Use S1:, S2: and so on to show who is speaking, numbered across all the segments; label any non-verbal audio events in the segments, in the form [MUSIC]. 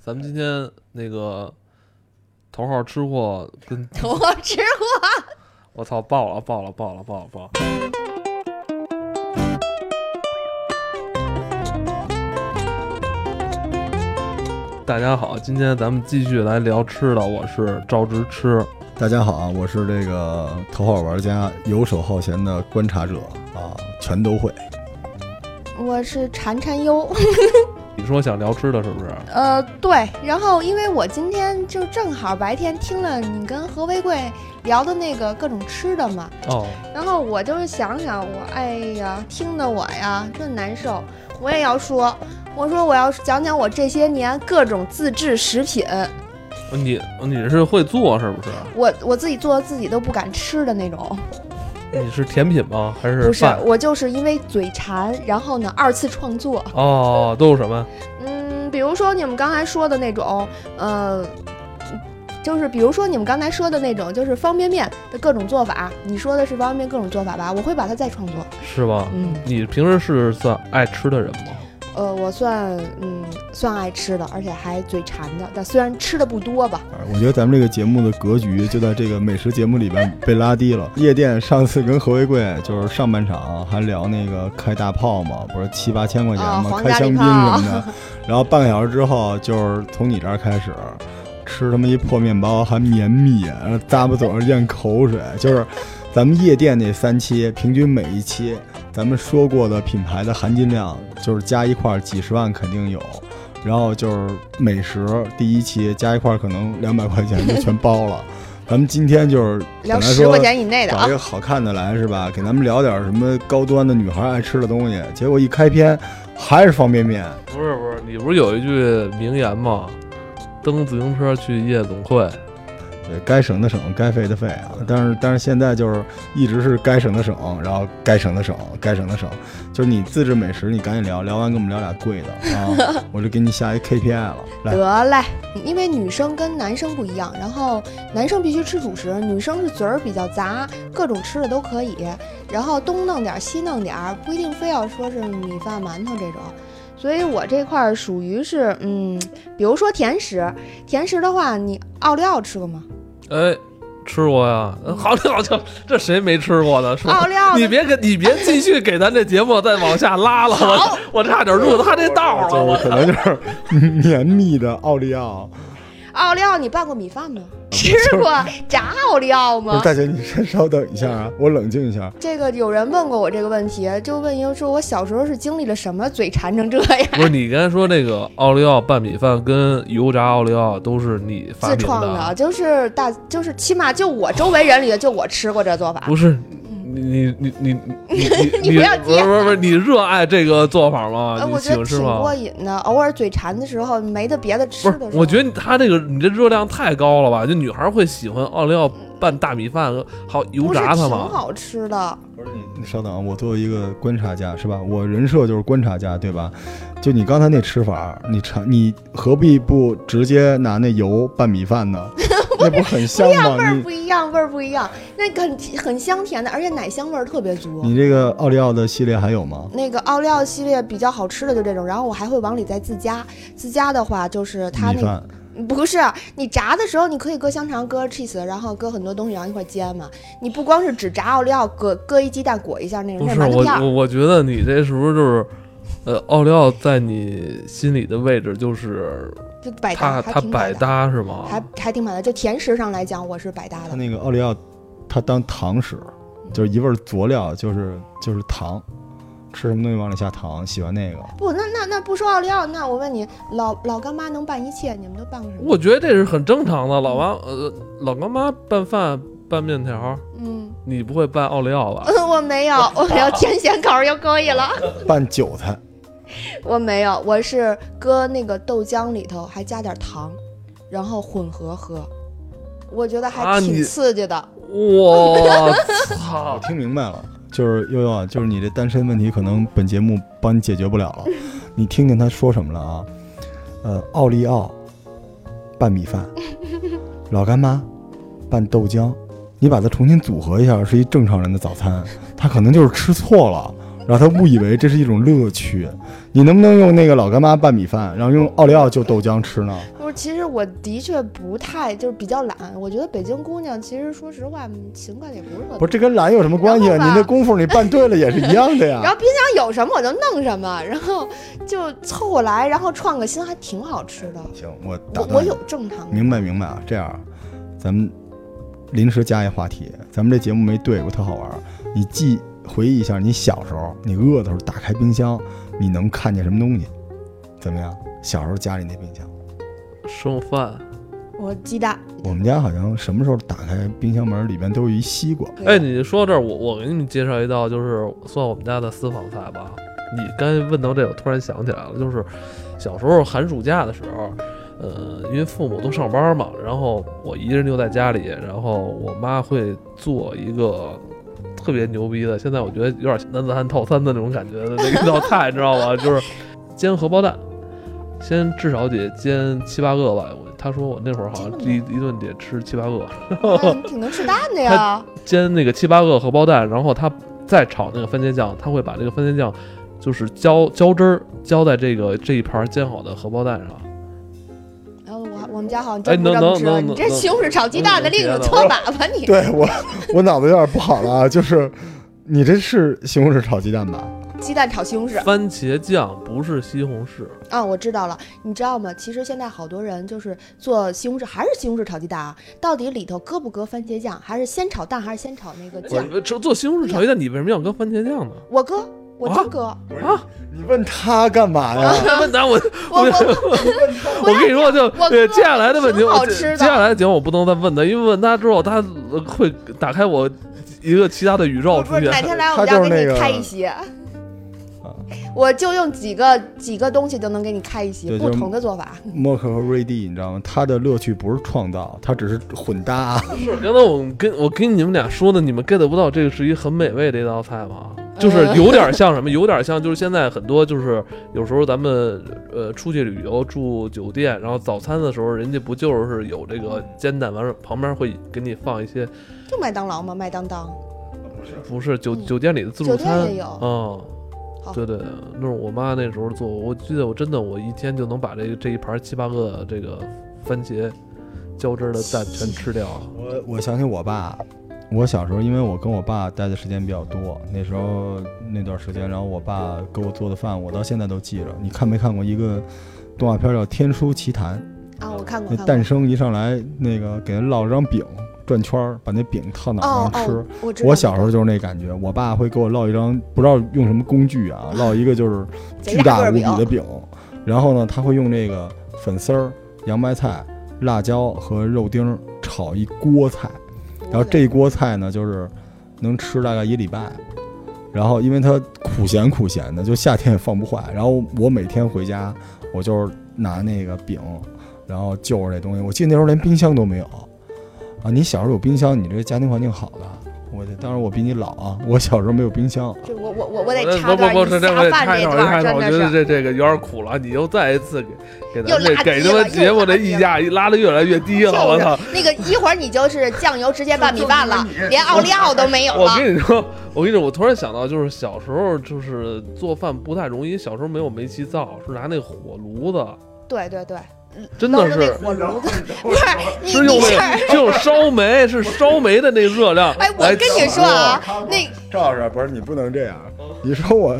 S1: 咱们今天那个头号吃货跟
S2: [LAUGHS] 头号吃货，
S1: 我操爆了爆了爆了爆了爆了！大家好，今天咱们继续来聊吃的，我是赵直吃。
S3: 大家好啊，我是这个头号玩家，游手好闲的观察者啊，全都会。
S2: 我是馋馋优。
S1: 你说想聊吃的是不是？
S2: 呃，对，然后因为我今天就正好白天听了你跟何为贵聊的那个各种吃的嘛，
S1: 哦，
S2: 然后我就是想想我，哎呀，听得我呀真难受，我也要说，我说我要讲讲我这些年各种自制食品，
S1: 你你是会做是不是？
S2: 我我自己做的自己都不敢吃的那种，
S1: 你是甜品吗？还是
S2: 不是
S1: 饭？，
S2: 我就是因为嘴馋，然后呢二次创作，
S1: 哦，都有什么？
S2: 嗯，比如说你们刚才说的那种，呃，就是比如说你们刚才说的那种，就是方便面的各种做法。你说的是方便面各种做法吧？我会把它再创作。
S1: 是吗？
S2: 嗯，
S1: 你平时是算爱吃的人吗？
S2: 呃，我算嗯算爱吃的，而且还嘴馋的，但虽然吃的不多吧。
S3: 啊我觉得咱们这个节目的格局就在这个美食节目里边被拉低了。夜店上次跟何为贵就是上半场还聊那个开大炮嘛，不是七八千块钱
S2: 啊
S3: 嘛，
S2: 皇
S3: 开
S2: 家
S3: 香
S2: 礼
S3: 槟
S2: 炮
S3: 什么的。然后半个小时之后，就是从你这儿开始吃他妈一破面包，还绵密，然后咂巴嘴上咽口水。就是咱们夜店那三期，平均每一期咱们说过的品牌的含金量，就是加一块儿几十万肯定有。然后就是美食第一期加一块儿可能 [LAUGHS] 两百块钱就全包了。 [LAUGHS] 咱们今天就是
S2: 聊
S3: 本来
S2: 十
S3: 说
S2: 块钱以内的
S3: 找
S2: 啊
S3: 一，个好看的来是吧？给咱们聊点什么高端的女孩爱吃的东西。结果一开篇还是方便面，
S1: 不是不是，你不是有一句名言吗？蹬自行车去夜总会，
S3: 对该省的省，该费的费啊。但是但是现在就是一直是该省的省，然后该省的省，该省的省。就是你自制美食，你赶紧聊，聊完跟我们聊俩贵的啊，我就给你下一 KPI 了。来，
S2: 得嘞，因为女生跟男生不一样，然后男生必须吃主食，女生是嘴儿比较杂，各种吃的都可以，然后东弄点儿西弄点儿，不一定非要说是米饭馒头这种。所以我这块儿属于是，嗯，比如说甜食，甜食的话，你奥利奥吃过吗？
S1: 哎，吃过呀，嗯好巧好巧，这谁没吃过呢？是吧
S2: 奥利奥
S1: 你
S2: 的
S1: 别跟你别继续给咱这节目再往下拉了，我我差点入他这道了。
S3: 就
S1: 我
S3: 是可能就是 [LAUGHS] 绵密的奥利奥。
S2: 奥利奥，你拌过米饭吗？吃过炸奥利奥
S3: 不是
S2: 吗？
S3: 大姐，你先稍等一下啊，我冷静一下。
S2: [LAUGHS] 这个有人问过我这个问题，就问一个说，我小时候是经历了什么，嘴馋成这样？
S1: 不是你刚才说那个奥利奥拌米饭跟油炸奥利奥都是你发
S2: 自
S1: 明啊
S2: 创的，就是大，就是起码就我周围人里，就我吃过这做法。
S1: 不是你你你你你
S2: 你不要接
S1: 不是不是不是你热爱这个做法
S2: 呃，
S1: 吗？你
S2: 我
S1: 喜
S2: 觉得
S1: 欢吃
S2: 挺
S1: 吗？
S2: 过瘾的，偶尔嘴馋的时候，没得别的吃
S1: 不是
S2: 的时候，，
S1: 我觉得他这个你这热量太高了吧？就女孩会喜欢奥利奥拌大米饭，好油
S2: 不是
S1: 炸它
S2: 挺
S1: 吗？
S2: 好吃的。
S3: 不是你，你稍等啊，我作为一个观察家是吧？我人设就是观察家，对吧？就你刚才那吃法，你尝，你何必不直接拿那油拌米饭呢？那不很香
S2: 味
S3: 吗？
S2: 儿
S3: 你
S2: 不一样，味儿不一样，那个很很香甜的，而且奶香味儿特别足。
S3: 你这个奥利奥的系列还有吗？
S2: 那个奥利奥系列比较好吃的就这种，然后我还会往里再自加。自加的话就是它
S3: 米
S2: 那
S3: 饭，
S2: 不是你炸的时候，你可以搁香肠、搁 cheese，然后搁很多东西，然后一块煎嘛。你不光是只炸奥利奥，搁搁一鸡蛋裹一下那种，
S1: 不
S2: 那
S1: 是
S2: 馒头
S1: 我
S2: 片儿
S1: 我我觉得你这是不是就是，呃，奥利奥在你心里的位置就是
S2: 就百搭，
S1: 他
S2: 还
S1: 他
S2: 挺
S1: 百
S2: 百搭，
S1: 搭是吗？
S2: 还还挺百搭。就甜食上来讲，我是百搭
S3: 它
S2: 的。
S3: 那个奥利奥，它当糖使，就是一味儿佐料，就是就是糖，吃什么东西往里下糖，喜欢那个。
S2: 不，那那那不说奥利奥，那我问你，老老干妈能拌一切，你们都拌过什么？
S1: 我觉得这是很正常的。老妈呃老干妈拌饭拌面条，
S2: 嗯，
S1: 你不会拌奥利奥吧？
S2: [LAUGHS] 我没有，我没有甜咸口儿就可以了。
S3: 拌韭菜，
S2: 我没有，我是搁那个豆浆里头还加点糖，然后混合喝，我觉得
S1: 啊
S2: 还
S1: 你
S2: 挺刺激的。
S1: 我操
S3: 我！听明白了，就是悠悠啊，就是你这单身问题可能本节目帮你解决不了
S2: [LAUGHS]
S3: 了。你听听他说什么了啊？呃，奥利奥拌米饭，老干妈拌豆浆，你把它重新组合一下，是一正常人的早餐。他可能就是吃错了，然后他误以为这是一种乐趣。你能不能用那个老干妈拌米饭，然后用奥利奥就豆浆吃
S2: [LAUGHS]
S3: 呢？
S2: 不是，其实我的确不太，就是比较懒。我觉得北京姑娘其实说实话，嗯勤快的也不是特
S3: 不
S2: 多。
S3: 是这跟懒有什么关系啊？
S2: 然后吧
S3: 您这功夫你拌对了也是一样的
S2: [LAUGHS]
S1: 啊
S2: 然
S3: 呀。
S2: 后冰箱有什么我就弄什么， [LAUGHS] 然后就凑合来，然后创个新，还挺好吃的。
S3: 行，我打
S2: 我
S3: 断
S2: 我
S3: 你
S2: 有正常的，
S3: 明白明白啊，这样，咱们临时加一话题，咱们这节目没对过，特好玩儿。你记回忆一下，你小时候你饿的时候打开冰箱，你能看见什么东西？怎么样？小时候家里那冰箱，
S1: 剩饭。
S2: 我鸡蛋。
S3: 我们家好像什么时候打开冰箱门，里边都有一西瓜。
S1: 哎，你说到这儿，我我给你们介绍一道，就是算我们家的私房菜吧。你刚才问到这，我突然想起来了，就是小时候寒暑假的时候，呃，因为父母都上班嘛，然后我一个人留在家里，然后我妈会做一个特别牛逼的，现在我觉得有点男子汉套餐的那种感觉的那个 [LAUGHS] 道菜，你知道吗？就是煎荷包蛋，先至少得煎七八个吧。我他说我那会儿好像
S2: 这么
S1: 一一顿得吃七八个，
S2: 那嗯你挺能吃蛋的呀。
S1: 煎那个七八个荷包蛋，然后它再炒那个番茄酱，它会把这个番茄酱就是浇浇汁儿浇在这个这一盘煎好的荷包蛋上。
S2: 然后我我们家好像
S1: 哎
S2: 真不
S1: 能
S2: 这么
S1: 能
S2: 吃，
S1: 能
S2: 你
S1: 能
S2: 这
S1: 能
S2: 西红柿炒鸡蛋的
S1: 嗯
S2: 另一
S1: 天
S2: 种
S1: 哪
S2: 做法
S1: [LAUGHS]
S2: 吧你？
S3: 对我，我脑子有点不好了啊，就是你这是西红柿炒鸡蛋吧？
S2: 鸡蛋炒西红柿。
S1: 番茄酱不是西红柿，
S2: 啊，我知道了，你知道吗？其实现在好多人就是做西红柿，还是西红柿炒鸡蛋啊？到底里头搁不搁番茄酱？还是先炒蛋，还是先炒那个酱？
S1: 我做做西红柿炒鸡蛋，你为什么要搁番茄酱
S2: [LAUGHS]
S1: 呢？
S2: 我搁，我
S1: 啊
S2: 真搁。
S1: 啊！
S3: 你问他干嘛呀？
S1: 这问答我
S2: 我
S1: 我
S2: 我
S1: 我跟你说，就
S2: 啊我
S1: 对接下来的问题，
S2: 挺好
S1: 我接
S2: 吃的
S1: 接下来的节目我不能再问他，因为问他之后他呃会打开我一个其他的宇宙
S2: 我不
S1: 出啊
S2: 是哪
S1: 现。
S2: 天来我们
S3: 他
S2: 家
S3: 就是
S2: 给
S3: 那
S2: 你
S3: 个
S2: 开一席，我就用几个几个东西就能给你开一席
S3: 对
S2: 不
S3: 就
S2: 同的做法。
S3: 默克和瑞蒂，你知道吗？他的乐趣不是创造，他只是混搭。啊
S1: 是刚才我们跟我跟你们俩说的，你们 get 不到这个是一很美味的一道菜吗？
S2: 呃
S1: 就是有点像什么，有点像就是现在很多就是有时候咱们呃出去旅游住酒店，然后早餐的时候人家不就是有这个煎蛋，完了旁边会给你放一些
S2: 就麦当劳嘛，麦当当，
S1: 不是酒
S2: 嗯
S1: 酒店里的自助
S2: 酒
S1: 餐
S2: 店也有
S1: 嗯
S2: 好。
S1: 对对，那是我妈那时候做，我记得我真的我一天就能把这个这一盘七八个这个番茄浇汁儿的蛋全吃掉。
S3: 我我想起我爸，我小时候因为我跟我爸待的时间比较多，那时候那段时间，然后我爸给我做的饭，我到现在都记着。你看没看过一个动画片叫《天书奇谭》？
S2: 啊，我看过看
S3: 那
S2: 过。
S3: 诞生一上来，那个给人烙张饼，转圈儿，把那饼套脑
S2: 哦
S3: 上吃。
S2: 哦，我知道。
S3: 我小时候就是那感觉，我爸会给我烙一张，不知道用什么工具啊，烙一个就是
S2: 贼
S3: 巨
S2: 大个
S3: 大
S2: 儿
S3: 无比
S2: 饼
S3: 的饼，然后呢，他会用这个粉丝儿、洋白菜、辣椒和肉丁儿炒一锅菜，然后这一锅菜呢，就是能吃大概一礼拜。然后因为它苦咸苦咸的，就夏天也放不坏。然后我每天回家，我就是拿那个饼，然后就着这东西。我记得那时候连冰箱都没有啊！你小时候有冰箱，你这家庭环境好的。我这当然我比你老啊，我小时候没有冰箱。
S2: 这我我我我得
S1: 不
S2: 插段
S1: 不
S2: 儿
S1: 不，这
S2: 你
S1: 这我
S2: 下
S1: 得
S2: 饭
S1: 插一
S2: 这
S1: 段，
S2: 段
S1: 我得插一
S2: 儿
S1: 段，
S2: 真
S1: 我觉
S2: 的
S1: 得
S2: 是。
S1: 这这个有点苦了，你又再一次给给
S2: 又
S1: 咱
S2: 拉
S1: 这给他
S2: 低了
S1: 们
S2: 又
S1: 节目这
S2: 拉低
S1: 溢
S2: 了
S1: 价拉的越来越低
S2: [LAUGHS]
S1: 了，我操！
S2: 那个一会儿你就是酱油直接拌米饭了，连奥利奥都没有
S1: 我
S2: 了。
S1: 跟你说，我跟你说，我突然想到，就是小时候就是做饭不太容易，小时候没有煤气灶，是拿那火炉子，
S2: 对对对，
S1: 真
S2: 捞
S1: 的
S2: 着那
S1: 是
S2: 火炉子，不是你
S1: 是用
S2: 你这
S1: 那
S2: 儿，
S1: 个就烧煤，是烧煤的那热量。
S2: 哎，我
S1: 来
S2: 跟你说啊，那
S3: 赵老师，不是你不能这样。你说我，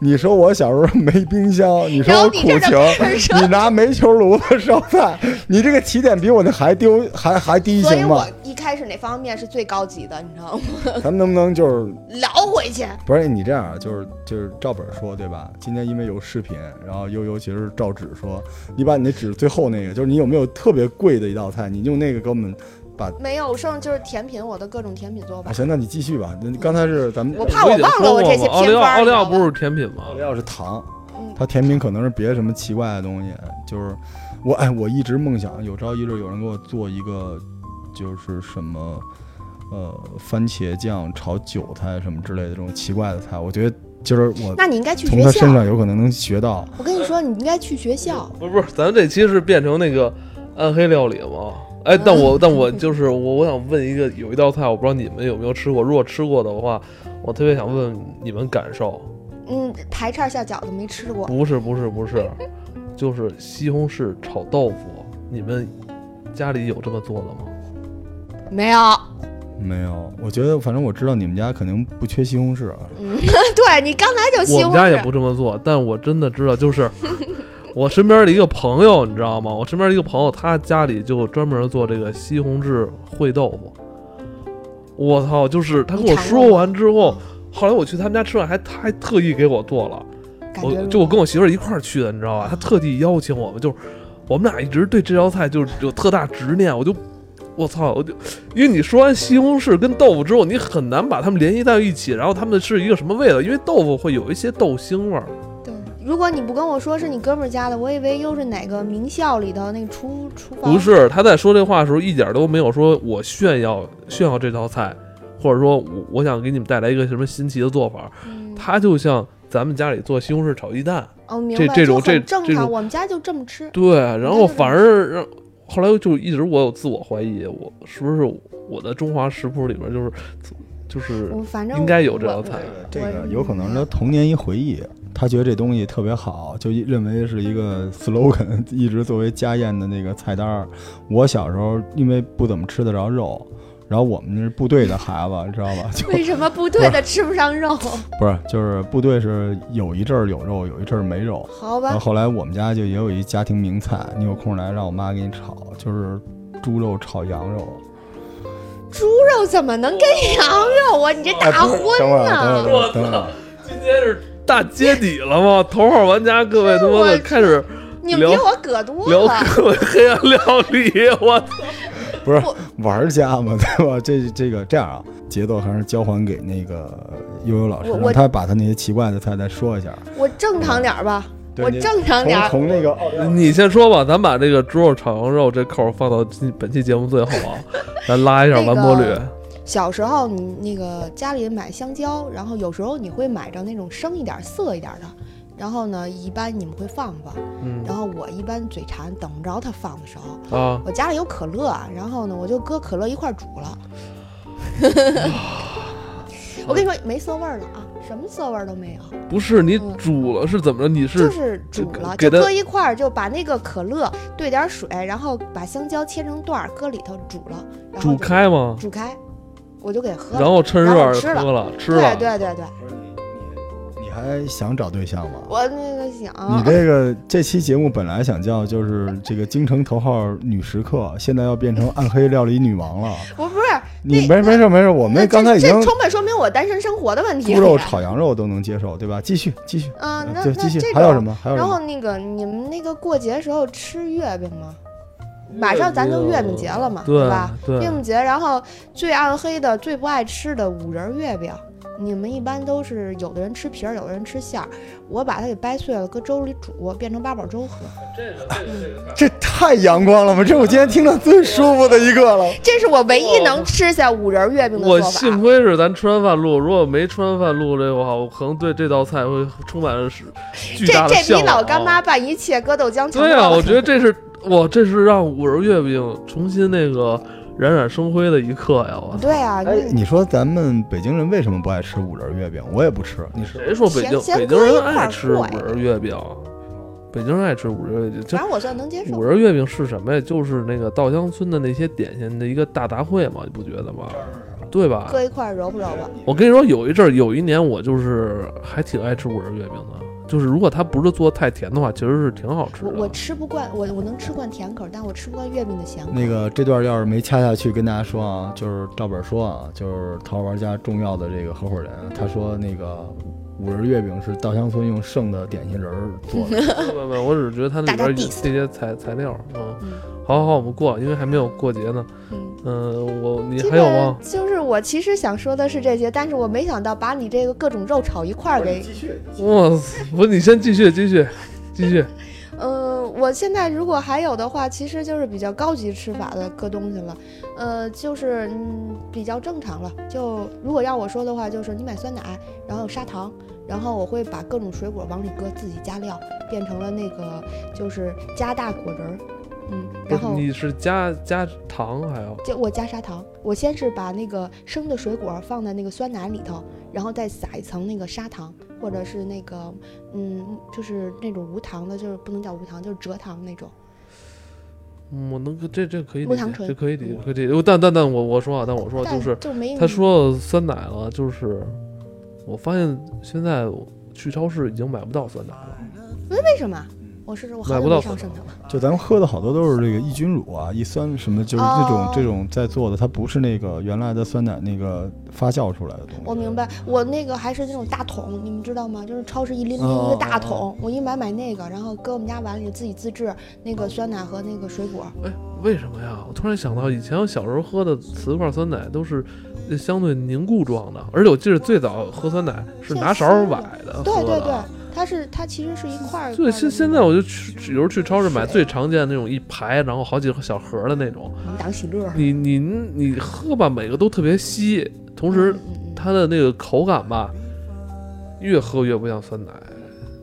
S3: 你说我小时候没冰箱，你说
S2: 然后
S3: 我
S2: 你
S3: 苦
S2: 这
S3: 情
S2: 就，开始
S3: 你拿煤球炉子烧菜，你这个起点比我那还丢还还低，
S2: 所以
S3: 行吗
S2: 我？一开始那方便面是最高级的，你知道吗？
S3: 咱们能不能就是
S2: 捞回去，
S3: 不是你这样，啊就是就是照本说对吧？今天因为有视频，然后又尤其是照纸说，你把你那纸最后那个，就是你有没有特别贵的一道菜，你用那个给我们。
S2: 没有，剩就是甜品，我的各种甜品做法
S3: 啊，。行，那你继续吧。那你刚才是咱们
S2: 我怕我
S1: 已经
S2: 忘了
S1: 说
S2: 我
S1: 过
S2: 这些
S1: 嘛奥利
S2: 偏
S1: 奥，
S2: 方儿
S1: 奥利
S2: 你
S1: 奥
S2: 知道
S1: 不是甜品吗
S3: 奥？利奥是糖，
S2: 嗯，
S3: 它甜品可能是别的什么奇怪的东西，就是我哎，我一直梦想有朝一日有人给我做一个，就是什么呃番茄酱炒韭菜什么之类的这种奇怪的菜，我觉得就是我
S2: 那你应该去
S3: 从
S2: 学
S3: 他身
S2: 校。
S3: 上有可能能学到。
S2: 我跟你说，你应该去学校。
S1: 不是不是，咱们这期是变成那个暗黑料理吗？哎，但我但我就是我，我想问一个，有一道菜我不知道你们有没有吃过，如果吃过的话，我特别想问你们感受。
S2: 嗯，排叉下饺子没吃过，
S1: 不是不是不是，就是西红柿炒豆腐。你们家里有这么做的吗？
S2: 没有。
S3: 没有，我觉得反正我知道你们家肯定不缺西红柿啊。
S2: 嗯， [LAUGHS] 对你刚才就
S1: 我
S2: 西
S1: 们
S2: 红
S1: 家也
S2: 柿，
S1: 不这么做，但我真的知道，就是 [LAUGHS] 我身边的一个朋友，你知道吗？我身边的一个朋友，他家里就专门做这个西红柿烩豆腐。我操！就是他跟我
S2: 你尝过
S1: 说
S2: 吗
S1: 完之后，后来我去他们家吃饭，还他还特意给我做了。
S2: 感觉
S1: 我就我跟我媳妇儿一块儿去的，你知道吧？她特地邀请我们，就是我们俩一直对这道菜就是有特大执念，我就。我操！我就因为你说完西红柿跟豆腐之后，你很难把它们联系到一起，然后它们是一个什么味道？因为豆腐会有一些豆腥味儿。
S2: 对。如果你不跟我说是你哥们儿家的，我以为又是哪个名校里头那个厨厨房。
S1: 不，是，他在说这话的时候一点都没有说我炫耀炫耀这道菜，或者说我我想给你们带来一个什么新奇的做法。
S2: 嗯、
S1: 它就像咱们家里做西红柿炒鸡蛋，
S2: 哦，明
S1: 这
S2: 白，
S1: 这
S2: 就
S1: 种
S2: 很
S1: 这
S2: 正
S1: 这
S2: 常，
S1: 种
S2: 我们家就这么吃。
S1: 对，然
S2: 那
S1: 后
S2: 就
S1: 反
S2: 是
S1: 而让后来就一直我有自我怀疑，我是不是我的中华食谱里边就是就是
S2: 我反正
S1: 应该有这道
S2: 我
S1: 菜。
S3: 这个有可能是他童年一回忆，他觉得这东西特别好，就一认为是一个 slogan，一直作为家宴的那个菜单儿。我小时候因为不怎么吃得着肉，然后我们是部队的孩子，知道
S2: [LAUGHS]
S3: 吧？
S1: [LAUGHS]
S3: 就
S2: 为什么部队的吃不上肉？
S3: 不是就是部队是有一阵儿有肉，有一阵儿没肉。
S2: 好
S3: 然后
S2: 吧，
S3: 后来我们家就也有一家庭名菜，你有空来让我妈给你炒，就是猪肉炒羊肉。
S2: 肉怎么能跟羊肉啊？你这
S3: 哎
S2: 大
S3: 不
S2: 荤
S3: 是等会儿，等
S2: 呐！
S3: 会儿，等会儿等会儿。
S1: 今天是大揭底了吗？头号玩家各位他妈的
S2: 我
S1: 开始
S2: 你们比
S1: 聊
S2: 我葛多
S1: 聊
S2: 了。
S1: 各位黑暗料理，我操！
S3: 不是玩家嘛，对吧？这这个这样啊，节奏还是交还给那个呃悠悠老师，
S2: 我
S3: 让
S2: 我
S3: 他把他那些奇怪的菜再说一下。
S2: 我正常点儿吧，
S3: 对
S2: 我
S3: 你
S2: 正常点
S3: 从
S2: 儿。
S3: 从那个哦奥利奥
S1: 你先说吧，咱把这个猪肉炒羊肉这扣儿放到今本期节目最后啊，咱拉一下完播率。
S2: 那小时候你那个家里买香蕉，然后有时候你会买着那种生一点儿、涩一点儿的，然后呢，一般你们会放放。
S1: 嗯
S2: 然后我一般嘴馋，等不着它放的时候，
S1: 啊，
S2: 我家里有可乐，啊，然后呢，我就搁可乐一块儿煮
S3: [LAUGHS]
S2: 了。我跟你说，没涩味儿了啊，什么涩味儿都没有，
S1: 不是你
S2: 嗯
S1: 煮了是怎么着？你
S2: 就是是煮
S1: 给
S2: 了，
S1: 给
S2: 就
S1: 它
S2: 搁一块儿，就把那个可乐兑点儿水，然后把香蕉切成段儿，搁里头煮了，然后
S1: 煮
S2: 就
S1: 开吗？
S2: 煮开，我就给喝了。
S1: 然后趁热
S2: 然后
S1: 儿
S2: 吃了
S1: 喝了，吃
S2: 对
S1: 了。
S2: 对对对，
S3: 你还想找对象吗？
S2: 我那个
S3: 你啊
S2: 想，
S3: 这个这期节目本来想叫就是这个京城头号女食客，现在要变成暗黑料理女王
S2: [LAUGHS]
S3: 了。
S2: 我不是，
S3: 你没没事没事，我
S2: 那这
S3: 们刚才已经
S2: 这充分说明我单身生活的问题。
S3: 猪肉炒羊肉都能接受，对吧？继续继续，
S2: 嗯，那
S3: 就
S2: 那
S3: 继续
S2: 这。
S3: 还有什
S2: 种
S3: 么？还有什
S2: 然
S3: 么
S2: 后？那个你们那个过节时候吃月饼吗？马上咱就月饼节了嘛，
S1: 对
S2: 吧？
S1: 对
S2: 月饼节，然后最暗黑的、最不爱吃的五仁月饼，你们一般都是有的人吃皮儿，有的人吃馅儿。我把它给掰碎了，搁粥里煮，变成八宝粥喝。
S3: 这太阳光了吧！这是我今天听到最舒服的一个了。
S2: 这是我唯一能吃下五仁月饼的
S1: 我
S2: 做法。
S1: 幸亏是咱吃完饭录，如果没吃完饭录这个话，我可能对这道菜会充满了是巨
S2: 这
S1: 大的
S2: 这
S1: 向
S2: 比
S1: 往。啊
S2: 老干妈拌一切搁豆浆强多
S1: 对
S2: 了。
S1: 啊，我觉得这是我这是让五仁月饼重新那个冉冉生辉的一刻呀！我
S2: 对啊，
S3: 哎，
S2: 你
S3: 你说咱们北京人为什么不爱吃五仁月饼？我也不吃，你吃？
S1: 谁说北京
S2: 咸
S1: 北
S2: 咸
S1: 京
S2: 搁一
S1: 人
S2: 块儿
S1: 爱吃五
S2: 过呀啊
S1: 仁月饼？北京人爱吃五仁月饼，就
S2: 反正我算能接受
S1: 五。仁月饼是什么呀？就是那个稻香村的那些点心的一个大杂烩嘛，你不觉得吗？对吧？
S2: 搁一块儿揉吧揉吧，
S1: 我跟你说，有一阵儿，有一年我就是还挺爱吃五仁月饼的，就是如果它不是做太甜的话，其实是挺好吃
S2: 我
S1: 的。
S2: 我吃不惯，我我能吃惯甜口，但我吃不惯月饼的咸口。
S3: 那个这段要是没掐下去，跟大家说啊，就是照本说啊，就是桃玩家重要的这个合伙人，他说那个五仁月饼是稻香村用剩的点心仁儿做
S2: [LAUGHS]
S3: 的。
S1: 不不不，我只是觉得它里边
S2: 大
S1: 儿
S2: 家
S1: 有
S2: diss
S1: 这些材材料，嗯，
S2: 嗯
S1: 好好好，我们过，因为还没有过节呢。
S2: 嗯，
S1: 嗯、我你
S2: 基
S1: 还有
S2: 本
S1: 吗？
S2: 就是我其实想说的是这些，但是我没想到把你这个各种肉炒一块儿给，
S3: 续，
S1: 我我你先继续继续继
S2: [LAUGHS]
S1: 续，
S2: 呃，我现在如果还有的话，其实就是比较高级吃法的搁东西了，呃，就是嗯比较正常了。就如果要我说的话，就是你买酸奶，然后有砂糖，然后我会把各种水果往里搁，自己加料，变成了那个就是加大果仁儿，嗯，
S1: 不
S2: 然
S1: 是
S2: 后
S1: 你是加加糖还有
S2: 就我加砂糖，我先是把那个生的水果放在那个酸奶里头，然后再撒一层那个砂糖，或者是那个嗯，就是那种无糖的，就是不能叫无糖，就是蔗糖那种。
S1: 嗯我能这这可以
S2: 木
S1: 理解
S2: 糖，醇
S1: 这可以理解，可以理解。但但但我我说啊，但我说啊
S2: 但
S1: 就是
S2: 就没
S1: 他说到酸奶了，就是我发现现在我去超市已经买不到酸奶了，
S2: 为什么？我试试，我
S1: 嗯
S2: 好
S1: 买
S2: 久
S1: 不
S2: 没
S1: 到
S2: 上
S1: 可
S2: 升
S1: 能
S2: 了。
S3: 就咱们喝的好多都是这个抑菌乳啊、抑酸什么，就是这种、
S2: 哦
S3: 这种在做的，它不是那个原来的酸奶那个发酵出来的东西。
S2: 我明白，我那个还是那种大桶，你们知道吗？就是超市一拎拎一个
S1: 哦
S2: 大桶，我一买买那个，然后搁我们家碗里自己自制那个酸奶和那个水果。
S1: 哎，为什么呀？我突然想到，以前我小时候喝的瓷罐酸奶都是呃相对凝固状的，而且我记得最早喝酸奶是拿勺儿崴的喝
S2: 对对对
S1: 的。，
S2: 它是它其实是一块儿一块
S1: 对，
S2: 儿
S1: 现
S2: 的
S1: 现在
S2: 那种
S1: 我就去，有时候去超市买
S2: 水
S1: 最常见的那种一排，然后好几个小盒儿的那种。
S2: 我们当喜乐儿。
S1: 你你你喝吧，每个都特别稀，同时
S2: 嗯嗯嗯
S1: 它的那个口感吧，越喝越不像酸奶，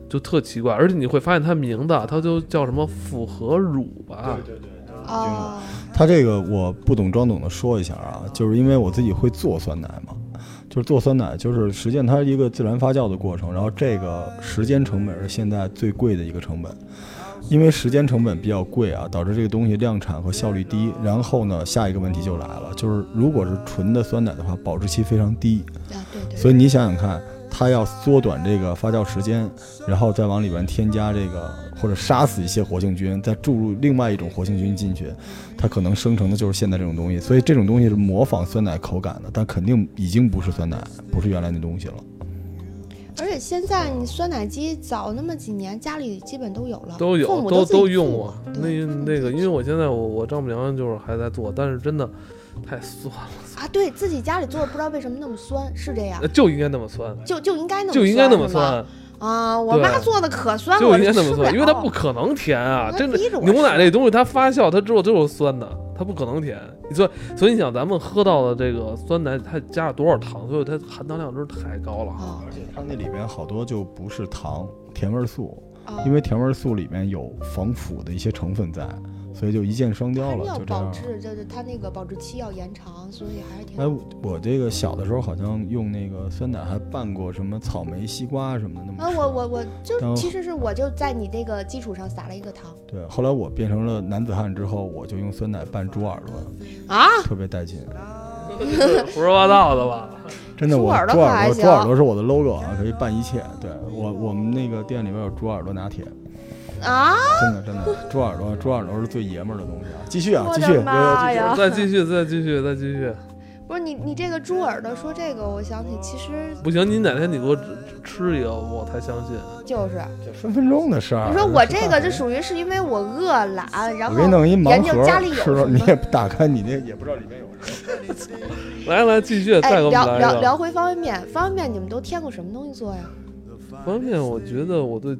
S1: 就特奇怪。而且你会发现它名字啊，它就叫什么复合乳吧？
S3: 对对。
S2: 哦，
S3: 它这个我不懂装懂的说一下啊，就是因为我自己会做酸奶嘛，就是做酸奶就是实践它是一个自然发酵的过程，然后这个时间成本是现在最贵的一个成本，因为时间成本比较贵啊，导致这个东西量产和效率低。然后呢，下一个问题就来了，就是如果是纯的酸奶的话，保质期非常低，
S2: 啊对对，
S3: 所以你想想看，它要缩短这个发酵时间，然后再往里边添加这个或者杀死一些活性菌，再注入另外一种活性菌进去，它可能生成的就是现在这种东西。所以这种东西是模仿酸奶口感的，但肯定已经不是酸奶，不是原来那东西了。
S2: 而且现在你酸奶机早那么几年，家里基本都有了，
S1: 都有
S2: 父母
S1: 都
S2: 自己
S1: 都用
S2: 做
S1: 过。
S2: 对
S1: 那
S2: 父母
S1: 那
S2: 自
S1: 个，
S2: 己
S1: 因为我现在我我丈母娘就是还在做，但是真的太酸了， [LAUGHS]
S2: 啊，对自己家里做的，不知道为什么那么酸，是这样，
S1: 就应该那么酸，
S2: 就就应该那么
S1: 呃就应该那么
S2: 是吗
S1: 酸，
S2: 啊！我
S1: 对
S2: 妈做的可酸，
S1: 就
S2: 我
S1: 应该那
S2: 吃
S1: 么
S2: 了
S1: 酸，因为它不可能甜啊！
S2: 那
S1: 真的
S2: 逼着，我
S1: 牛奶
S2: 吃
S1: 这东西它发酵，它之后就是酸的，它不可能甜。所以，所以你想，咱们喝到的这个酸奶，它加了多少糖，所以它含糖量真是太高了。
S2: 啊，
S3: 而且它那里边好多就不是糖，甜味素，
S2: 啊
S3: 因为甜味素里面有防腐的一些成分在，所以就一箭双雕
S2: 它
S3: 了，
S2: 要
S3: 就这
S2: 保
S3: 样。
S2: 质，就是它那个保质期要延长，所以还是挺
S3: 哎，我我这个小的时候好像用那个酸奶还拌过什么草莓、西瓜什么的，那么
S2: 啊，
S3: 吃
S2: 我我我就
S3: 等
S2: 其实是我就在你这个基础上撒了一个糖
S3: 对，后来我变成了男子汉之后，我就用酸奶拌猪耳朵，
S2: 啊，
S3: 特别带劲。
S1: 胡说八道的
S2: [LAUGHS]
S1: 吧？
S3: 真的，
S2: 猪
S3: 我
S2: 耳朵
S3: 猪
S2: 可
S3: 耳
S2: 还
S3: 朵，
S2: 行
S3: 猪耳朵是我的 logo 啊，可以拌一切。对我，我们那个店里边有猪耳朵拿铁，
S2: 啊，
S3: 真的真的，猪耳朵，猪耳朵是最爷们儿的东西啊。继续啊，
S2: 我
S3: 继续，
S2: 的
S3: 悠悠
S2: 妈
S3: 继续。
S2: 呀！
S1: 再继续，再继续，再继续。
S2: 不是你你这个猪耳朵说这个，我想起其实
S1: 不行，你哪天你给我吃吃一个，我才相信。
S3: 啊
S2: 就是
S3: 分分钟的事儿。
S2: 你说我这个
S3: 就
S2: 就，属于是因为我饿懒，然
S3: 我
S2: 后
S3: 给你弄一盲
S2: 研究家里
S3: 盒，
S2: 有
S3: 吃了
S2: 什么
S3: 你也打开，你那也不知道里面有什么。
S1: 来来，继续，
S2: 哎
S1: 再给我们
S2: 聊
S1: 来
S2: 聊
S1: 一个。
S2: 聊回方便面，方便面你们都添过什么东西做呀？
S1: 方便面，我觉得我对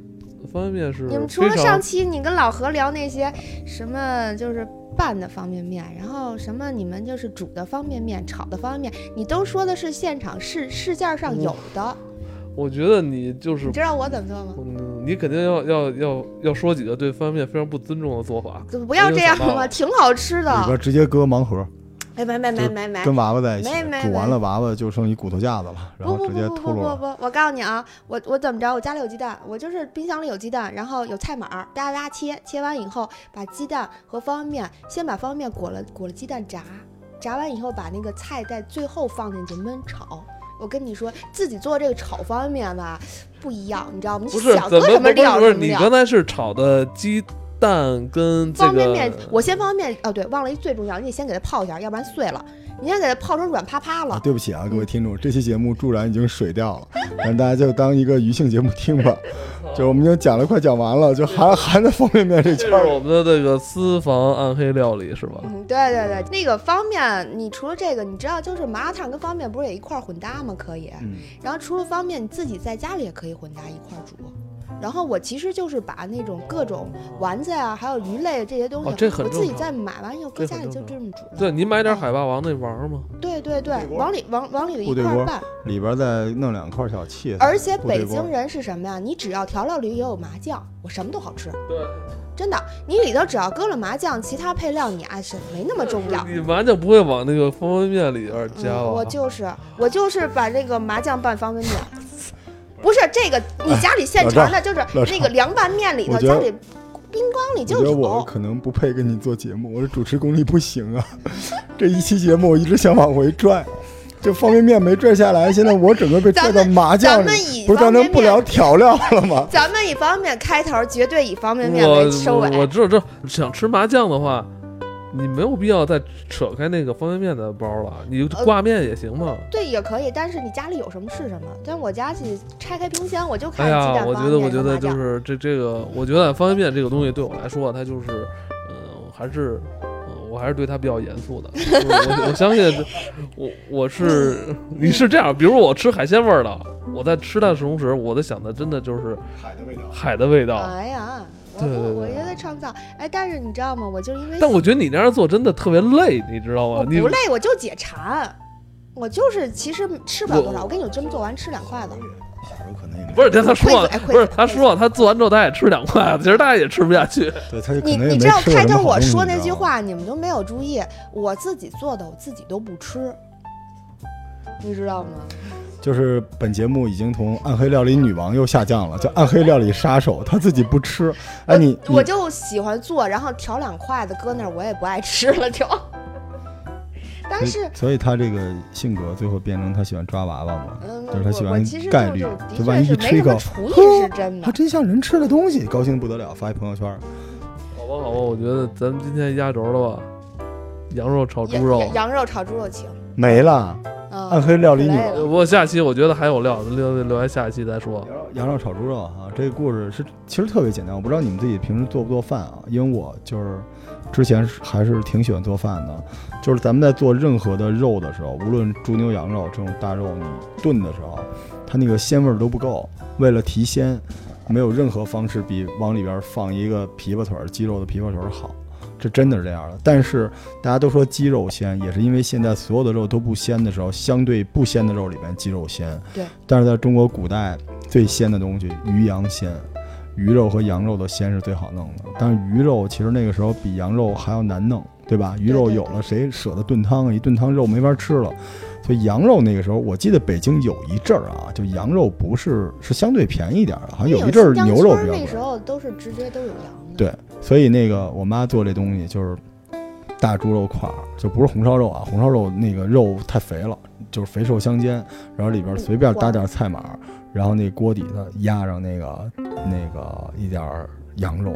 S1: 方便面是
S2: 你们
S1: 嗯
S2: 除
S1: 非
S2: 了上
S1: 常
S2: 期你跟老何聊那些什么就是拌的方便面，然后什么你们就是煮的方便面、炒的方便面，你都说的是现场市市价上有的，
S1: 我觉得你嗯就是
S2: 你知道我怎么做吗？
S1: 嗯，你肯定要要要要说几个对方便面非常不尊重的做法。
S2: 怎么不要这样
S1: 我就想到
S2: 嘛，
S1: 了
S2: 挺好吃
S3: 里
S2: 的。
S3: 边直接搁盲盒，
S2: 哎，没没没没没，
S3: 跟娃娃在一起
S2: 没没，
S3: 煮完了娃娃就剩一骨头架子了，然
S2: 不
S3: 后
S2: 不
S3: 直接
S2: 不不
S3: 秃
S2: 不
S3: 噜
S2: 不
S3: 了。
S2: 不，我告诉你啊，我我怎么着？我家里有鸡蛋，我就是冰箱里有鸡蛋，然后有菜码儿，哒哒切，切完以后把鸡蛋和方便面，先把方便面裹了裹了鸡蛋炸，炸完以后把那个菜在最后放进去焖炒。我跟你说，自己做这个炒方便面吧，不一样，你知道吗？
S1: 不是
S2: 想
S1: 怎
S2: 搁
S1: 么
S2: 什
S1: 不
S2: 么
S1: 是
S2: 料
S1: 不
S2: 什
S1: 是
S2: 么
S1: 你
S2: 料
S1: 刚。才是炒的鸡蛋跟这
S2: 方
S1: 个
S2: 便面，我先方便面哦，对，忘了一最重要，你得先给它泡一下，要不然碎了。你先给它泡成软趴趴了
S3: 啊，。对不起啊，
S2: 嗯
S3: 各位听众，这期节目助燃已经水掉了，但大家就当一个余兴节目听 [LAUGHS] 吧。就我们已经讲了，快讲完了，就 [LAUGHS] 还还在方便面这
S1: 这
S3: 圈
S1: 是
S3: 儿。
S1: 我们的这个私房暗黑料理是吧？
S2: 嗯，对对对，那个方便，你除了这个，你知道就是麻辣烫跟方便不是也一块儿混搭吗？可以。
S3: 嗯，
S2: 然后除了方便，你自己在家里也可以混搭一块儿煮。然后我其实就是把那种各种丸子呀、还有鱼类这些东西，
S1: 哦这很
S2: 我自己
S1: 正常
S2: 再买完以后搁
S1: 这
S2: 家
S1: 很
S2: 里就
S1: 正
S2: 这么煮了。
S1: 对，你买点海霸王那玩儿吗？
S2: 对对
S3: 部队
S2: 对，
S3: 锅
S2: 往里往往里
S3: 部
S2: 一
S3: 队
S2: 块儿
S3: 锅
S2: 拌。
S3: 里边再弄两块小蟹。
S2: 而且北
S3: 部队
S2: 京
S3: 锅
S2: 人是什么呀？你只要调料里也有麻酱，我什么都好吃，
S1: 对，
S2: 真的。你里头只要搁了麻酱，其他配料你爱是没那么重要。
S1: 你麻酱不会往那个
S2: 嗯
S1: 方便面里边加吧？啊
S2: 嗯。我就是我就是把这个麻酱拌方便面，不是这个，你家里现成的，就是
S3: 老赵
S2: 那个凉拌面里头，
S3: 我觉得
S2: 家里冰缸里
S3: 我
S2: 就
S3: 觉得我
S2: 有。哦
S3: 可能不配跟你做节目，我这主持功力不行啊。 [LAUGHS] 这一期节目我一直想往回拽，这方便面没拽下来，现在我整个被拽到
S2: 咱们
S3: 麻
S2: 咱
S3: 将里
S2: 们。以
S3: 不是，咱
S2: 方
S3: 能
S2: 便
S3: 不聊
S2: 面，
S3: 调料了吗？
S2: 咱们以方便面开头，绝对以方便面
S1: 我
S2: 为收尾。
S1: 我我知道，这想吃麻酱的话，你没有必要再扯开那个方便面的包了，啊你就
S2: 呃
S1: 挂面也行嘛。
S2: 对，也可以，但是你家里有什么是什么。但我家去拆开冰箱，我就看
S1: 哎
S2: 鸡蛋
S1: 呀，
S2: 方
S1: 我觉
S2: 便
S1: 得，
S2: 面
S1: 我觉
S2: 和
S1: 得
S2: 麻
S1: 就
S2: 酱
S1: 是这这个，我觉得方便面这个东西对我来说，啊它就是，嗯、还是，嗯我还是对它比较严肃的。就是我我相信，我我
S2: [LAUGHS]
S1: 是你是这样，比如我吃海鲜味儿的，我在吃它的同时，我在想的真的就是
S3: 海的味道。
S1: 海的味道。
S2: 哎呀，
S1: 哦
S2: 我
S1: 对对
S2: 我我
S1: 对
S2: 觉得创造。哎，但是你知道吗？我就因为
S1: 哎但我觉得你那样做真的特别累，你知道
S2: 我
S1: 吗？你
S2: 不累，我就解馋。我就是其实吃不了
S1: 我
S2: 多少，我跟你真做完吃两筷子。
S3: 小时候可能也没
S1: 不是，他他说
S2: 亏
S1: 了
S2: 死，亏
S1: 不是
S2: 死
S1: 他
S2: 亏
S1: 说了，他做完之后他也吃两
S2: [LAUGHS]
S1: 筷子，其实他也吃不下去。
S3: 对，他就可
S2: 你
S3: 能也
S2: 你
S3: 没
S2: 知道
S3: 吃过
S2: 开
S3: 什
S2: 头
S3: 么好
S2: 我
S3: 东西
S2: 说
S3: 你
S2: 那
S3: 知
S2: 句
S3: 道吗
S2: 话，你们都没有注意，我自己做的我自己都不吃，你知道吗？
S3: 就是本节目已经从暗黑料理女王又下降了，叫暗黑料理杀手，她自己不吃。哎，你
S2: 我我
S3: 你
S2: 就喜欢做，然后调两筷子搁那儿，我也不爱吃了就。但是
S3: 所以她这个性格最后变成她喜欢抓娃娃嘛，
S2: 嗯，
S3: 就是他喜
S2: 我
S3: 欢
S2: 我其实
S3: 概
S2: 就
S3: 率
S2: 就
S3: 就
S2: 的确
S3: 万一
S2: 是
S3: 一吃
S2: 没
S3: 一
S2: 什么
S3: 口
S2: 厨艺
S3: 呵
S2: 是真的。
S3: 她 [LAUGHS] 啊真像人吃了东西，高兴不得了，发一朋友圈。
S1: 好吧，好吧，我觉得咱们今天压轴了吧？羊肉炒
S2: 羊
S1: 猪肉，
S2: 羊羊肉炒猪肉行。
S3: 没了，
S2: 嗯，
S3: 暗黑料理女
S2: 累
S3: 王
S2: 了
S1: 呃不过下期我觉得还有料，留留在下一期再说。
S3: 羊肉炒猪肉啊，这个故事是其实特别简单，我不知道你们自己平时做不做饭啊，因为我就是之前是还是挺喜欢做饭的，就是咱们在做任何的肉的时候，无论猪牛羊肉这种大肉，你炖的时候，它那个鲜味儿都不够，为了提鲜，没有任何方式比往里边放一个琵琶腿儿鸡肉的琵琶腿儿好。这真的是这样的，但是大家都说鸡肉鲜，也是因为现在所有的肉都不鲜的时候，相对不鲜的肉里面鸡肉鲜。
S2: 对，
S3: 但是在中国古代最鲜的东西，鱼羊鲜，鱼肉和羊肉的鲜是最好弄的。但是鱼肉其实那个时候比羊肉还要难弄，对吧？鱼肉
S2: 对对
S3: 有了，谁舍得炖汤啊？一炖汤肉没法吃了。所以羊肉那个时候，我记得北京有一阵儿啊，就羊肉不是是相对便宜一点儿的，好像
S2: 因为
S3: 有一阵儿
S2: 新疆
S3: 牛肉
S2: 村
S3: 比较
S2: 那
S3: 贵
S2: 时。候都是直接都有羊的。
S3: 对，所以那个我妈做这东西就是大猪肉块儿，就不是红烧肉啊，红烧肉那个肉太肥了，就是肥瘦相间，然后里边随便搭点菜码儿，然后那锅底呢压上那个那个一点儿羊肉，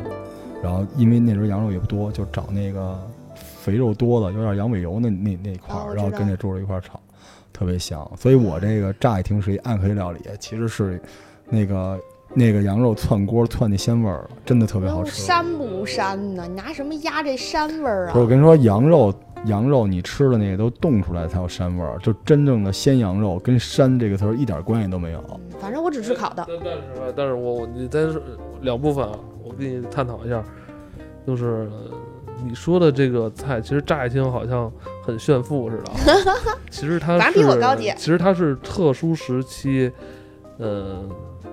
S3: 然后因为那时候羊肉也不多，就找那个肥肉多的，有点羊尾油那那那块
S2: 哦
S3: 儿，
S2: 我
S3: 然后
S2: 知道
S3: 跟那猪肉一块儿炒，特别香。所以我这个乍一听是一暗黑料理，其实是那个。那个羊肉窜锅窜那鲜味儿，真的特别好
S2: 那
S3: 吃。
S2: 膻不膻呢？你拿什么压这膻味儿
S3: 不是，我
S2: 啊？
S3: 跟你说，羊肉羊肉你吃的那个都冻出来才有膻味儿，就真正的鲜羊肉跟“膻”这个词儿一点关系都没有。
S2: 嗯反正我只吃烤的。
S1: 但但是啊但是我我你咱说两部分啊，我跟你探讨一下，就是呃你说的这个菜，其实乍一听好像很炫富似的啊，
S2: [LAUGHS]
S1: 其实它
S2: 反
S1: 是
S2: 正比我高级
S1: 其实它是特殊时期，呃，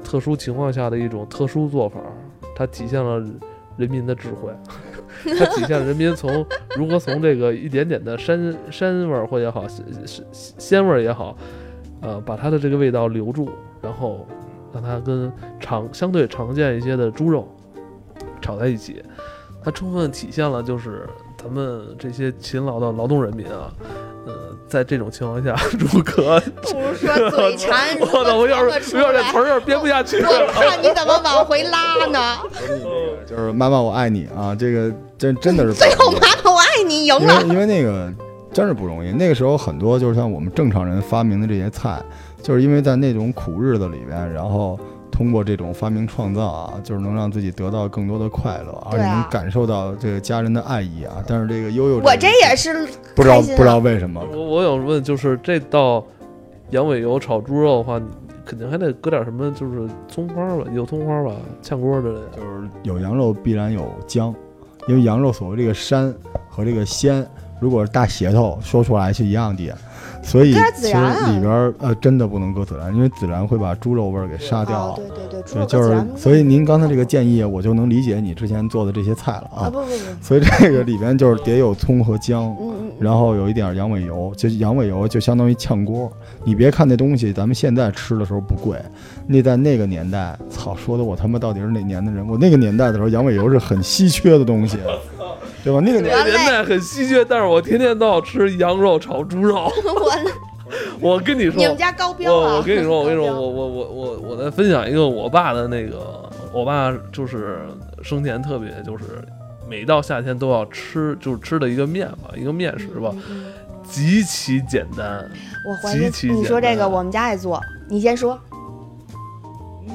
S1: 特殊情况下的一种特殊做法，它体现了人民的智慧。 [LAUGHS] 它体现了人民从如何从这个一点点的膻膻味儿或也好，鲜鲜鲜味儿也好，呃，把它的这个味道留住，然后让它跟常相对常见一些的猪肉炒在一起，它充分体现了就是咱们这些勤劳的劳动人民啊，呃，在这种情况下如
S2: [LAUGHS]
S1: 何，
S2: 不如说嘴馋，如
S1: 我
S2: 何
S1: 操，我要
S2: 琢磨
S1: 是
S2: 出
S1: 我要是这
S2: 来
S1: 词？儿有点编不下去
S2: 我
S1: 了。
S2: 看你怎么往回拉呢？
S3: 就是妈妈，我爱你啊！这个真真的是
S2: 哦最后妈妈我爱你赢
S3: 因
S2: 了。
S3: 为因为那个真是不容易。那个时候很多就是像我们正常人发明的这些菜，就是因为在那种苦日子里边，然后通过这种发明创造啊，就是能让自己得到更多的快乐，而
S2: 对
S3: 且
S2: 啊
S3: 能感受到这个家人的爱意啊。但是这个悠悠，
S2: 我这也是
S3: 不知道
S2: 开心啊
S3: 不知道为什么，
S1: 我我想问，就是这道羊尾油炒猪肉的话，你你肯定还得搁点什么，就是葱花吧，有葱花吧，炝锅之类的。
S3: 就是有羊肉必然有姜，因为羊肉所谓这个膻和这个鲜，如果是大舌头说出来是一样的，所以
S2: 搁点
S3: 其
S2: 孜
S3: 实
S2: 然啊
S3: 里边儿呃真的不能搁孜然，因为孜然会把猪肉味儿给杀掉
S2: 哦
S3: 啊，。
S2: 对对对，猪
S3: 对，
S2: 肉
S3: 就
S2: 孜
S3: 是
S2: 然不
S3: 所以您刚才这个建议，我就能理解你之前做的这些菜了
S2: 啊
S3: 啊。
S2: 不不不，嗯
S3: 所以这个里边就是得有葱和姜，
S2: 嗯
S3: 然后有一点羊尾油，就羊尾油就相当于炝锅。你别看那东西，咱们现在吃的时候不贵，那在那个年代，操，说的我他妈到底是哪年的人？我那个年代的时候，羊尾油是很稀缺的东西，对吧？那个年
S1: 那年代很稀缺，但是我天天都要吃羊肉炒猪肉。
S2: 我
S1: [LAUGHS] 我跟你
S2: 你们
S1: 说，
S2: 家高标啊！
S1: 我我跟你说，我跟你
S2: 高
S1: 说，
S2: 标
S1: 我我我我我再分享一个我爸的那个，我爸就是生前特别就是每到夏天都要吃，就是吃的一个面吧，一个面食吧，
S2: 嗯嗯
S1: 极其简
S2: [LAUGHS]
S1: 单。
S2: 我怀疑
S1: 极其
S2: 你说
S1: 简
S2: 这个，
S1: 单啊
S2: 我们家也做。你先说，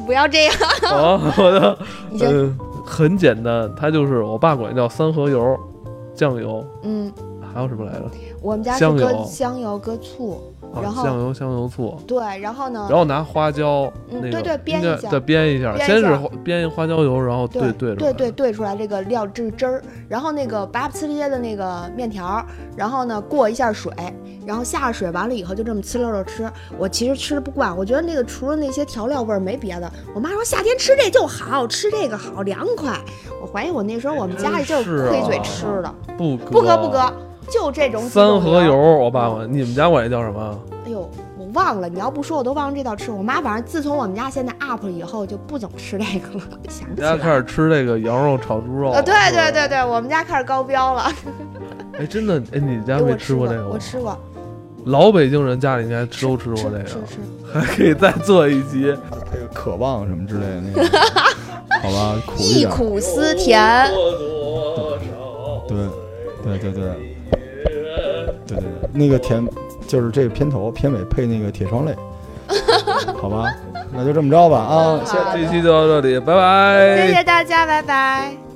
S2: 不要这样，
S1: 啊，我的
S2: 你
S3: 呃
S2: 先，
S1: 嗯，很简单，它就是我爸管叫三合油、酱油，
S2: 嗯，
S1: 还有什么来着？
S2: 我们家是
S1: 香
S2: 搁
S1: 油
S2: 香油搁醋，
S1: 啊
S2: 然，后
S1: 酱油、香油、醋，
S2: 对，然后呢
S1: 然，后拿花椒
S2: 嗯
S1: 那个
S2: 对对煸
S1: 应该
S2: 一下
S1: 再煸一下，
S2: 煸一
S1: 先是
S2: 下
S1: 花煸花椒油，然后
S2: 对
S1: 对
S2: 对对
S1: 对，
S2: 兑出来这个料汁汁儿，然后那个拔不呲咧的那个面条儿，然后呢过一下水，然后下了水完了以后就这么呲溜溜吃。我其实吃不惯，我觉得那个除了那些调料味儿没别的。我妈说夏天吃这就好，吃这个好凉快。我怀疑我那时候我们家里就
S1: 真
S2: 是
S1: 是啊
S2: 亏嘴吃的，
S1: 不
S2: 不搁
S1: 搁
S2: 不搁，就这种自
S1: 三
S2: 动
S1: 合
S2: 油
S1: 油，。我爸管你们家管这叫什么？
S2: 哎呦，我忘了，你要不说我都忘了这道吃。我妈反正自从我们家现在 up 以后就不怎么吃这个了，想不
S1: 你
S2: 起
S1: 家
S2: 来。
S1: 开始吃这个羊肉炒猪肉
S2: 呃，对对对
S1: 是吧，
S2: 对，我们家开始高标了。
S1: 哎，真的，哎，你家
S2: 哎
S1: 没
S2: 我
S1: 吃
S2: 过
S1: 过这个吗
S2: 我？吃过，
S1: 老北京人家里应该都吃过这
S2: 吃
S1: 个，
S2: 吃
S1: 还可以再做一集。
S3: 这个渴望什么之类的那个，好
S2: [LAUGHS]
S3: 吧，苦一
S2: 忆
S3: 点。
S2: 苦思甜。
S3: 对，对对对，对对对，那个甜就是这个片头片尾配那个铁
S2: [LAUGHS]
S3: 窗泪，好吧，那就这么着吧啊，
S2: 好
S3: 谢谢。
S1: 这期就到这里，拜拜。
S2: 谢谢大家，拜拜。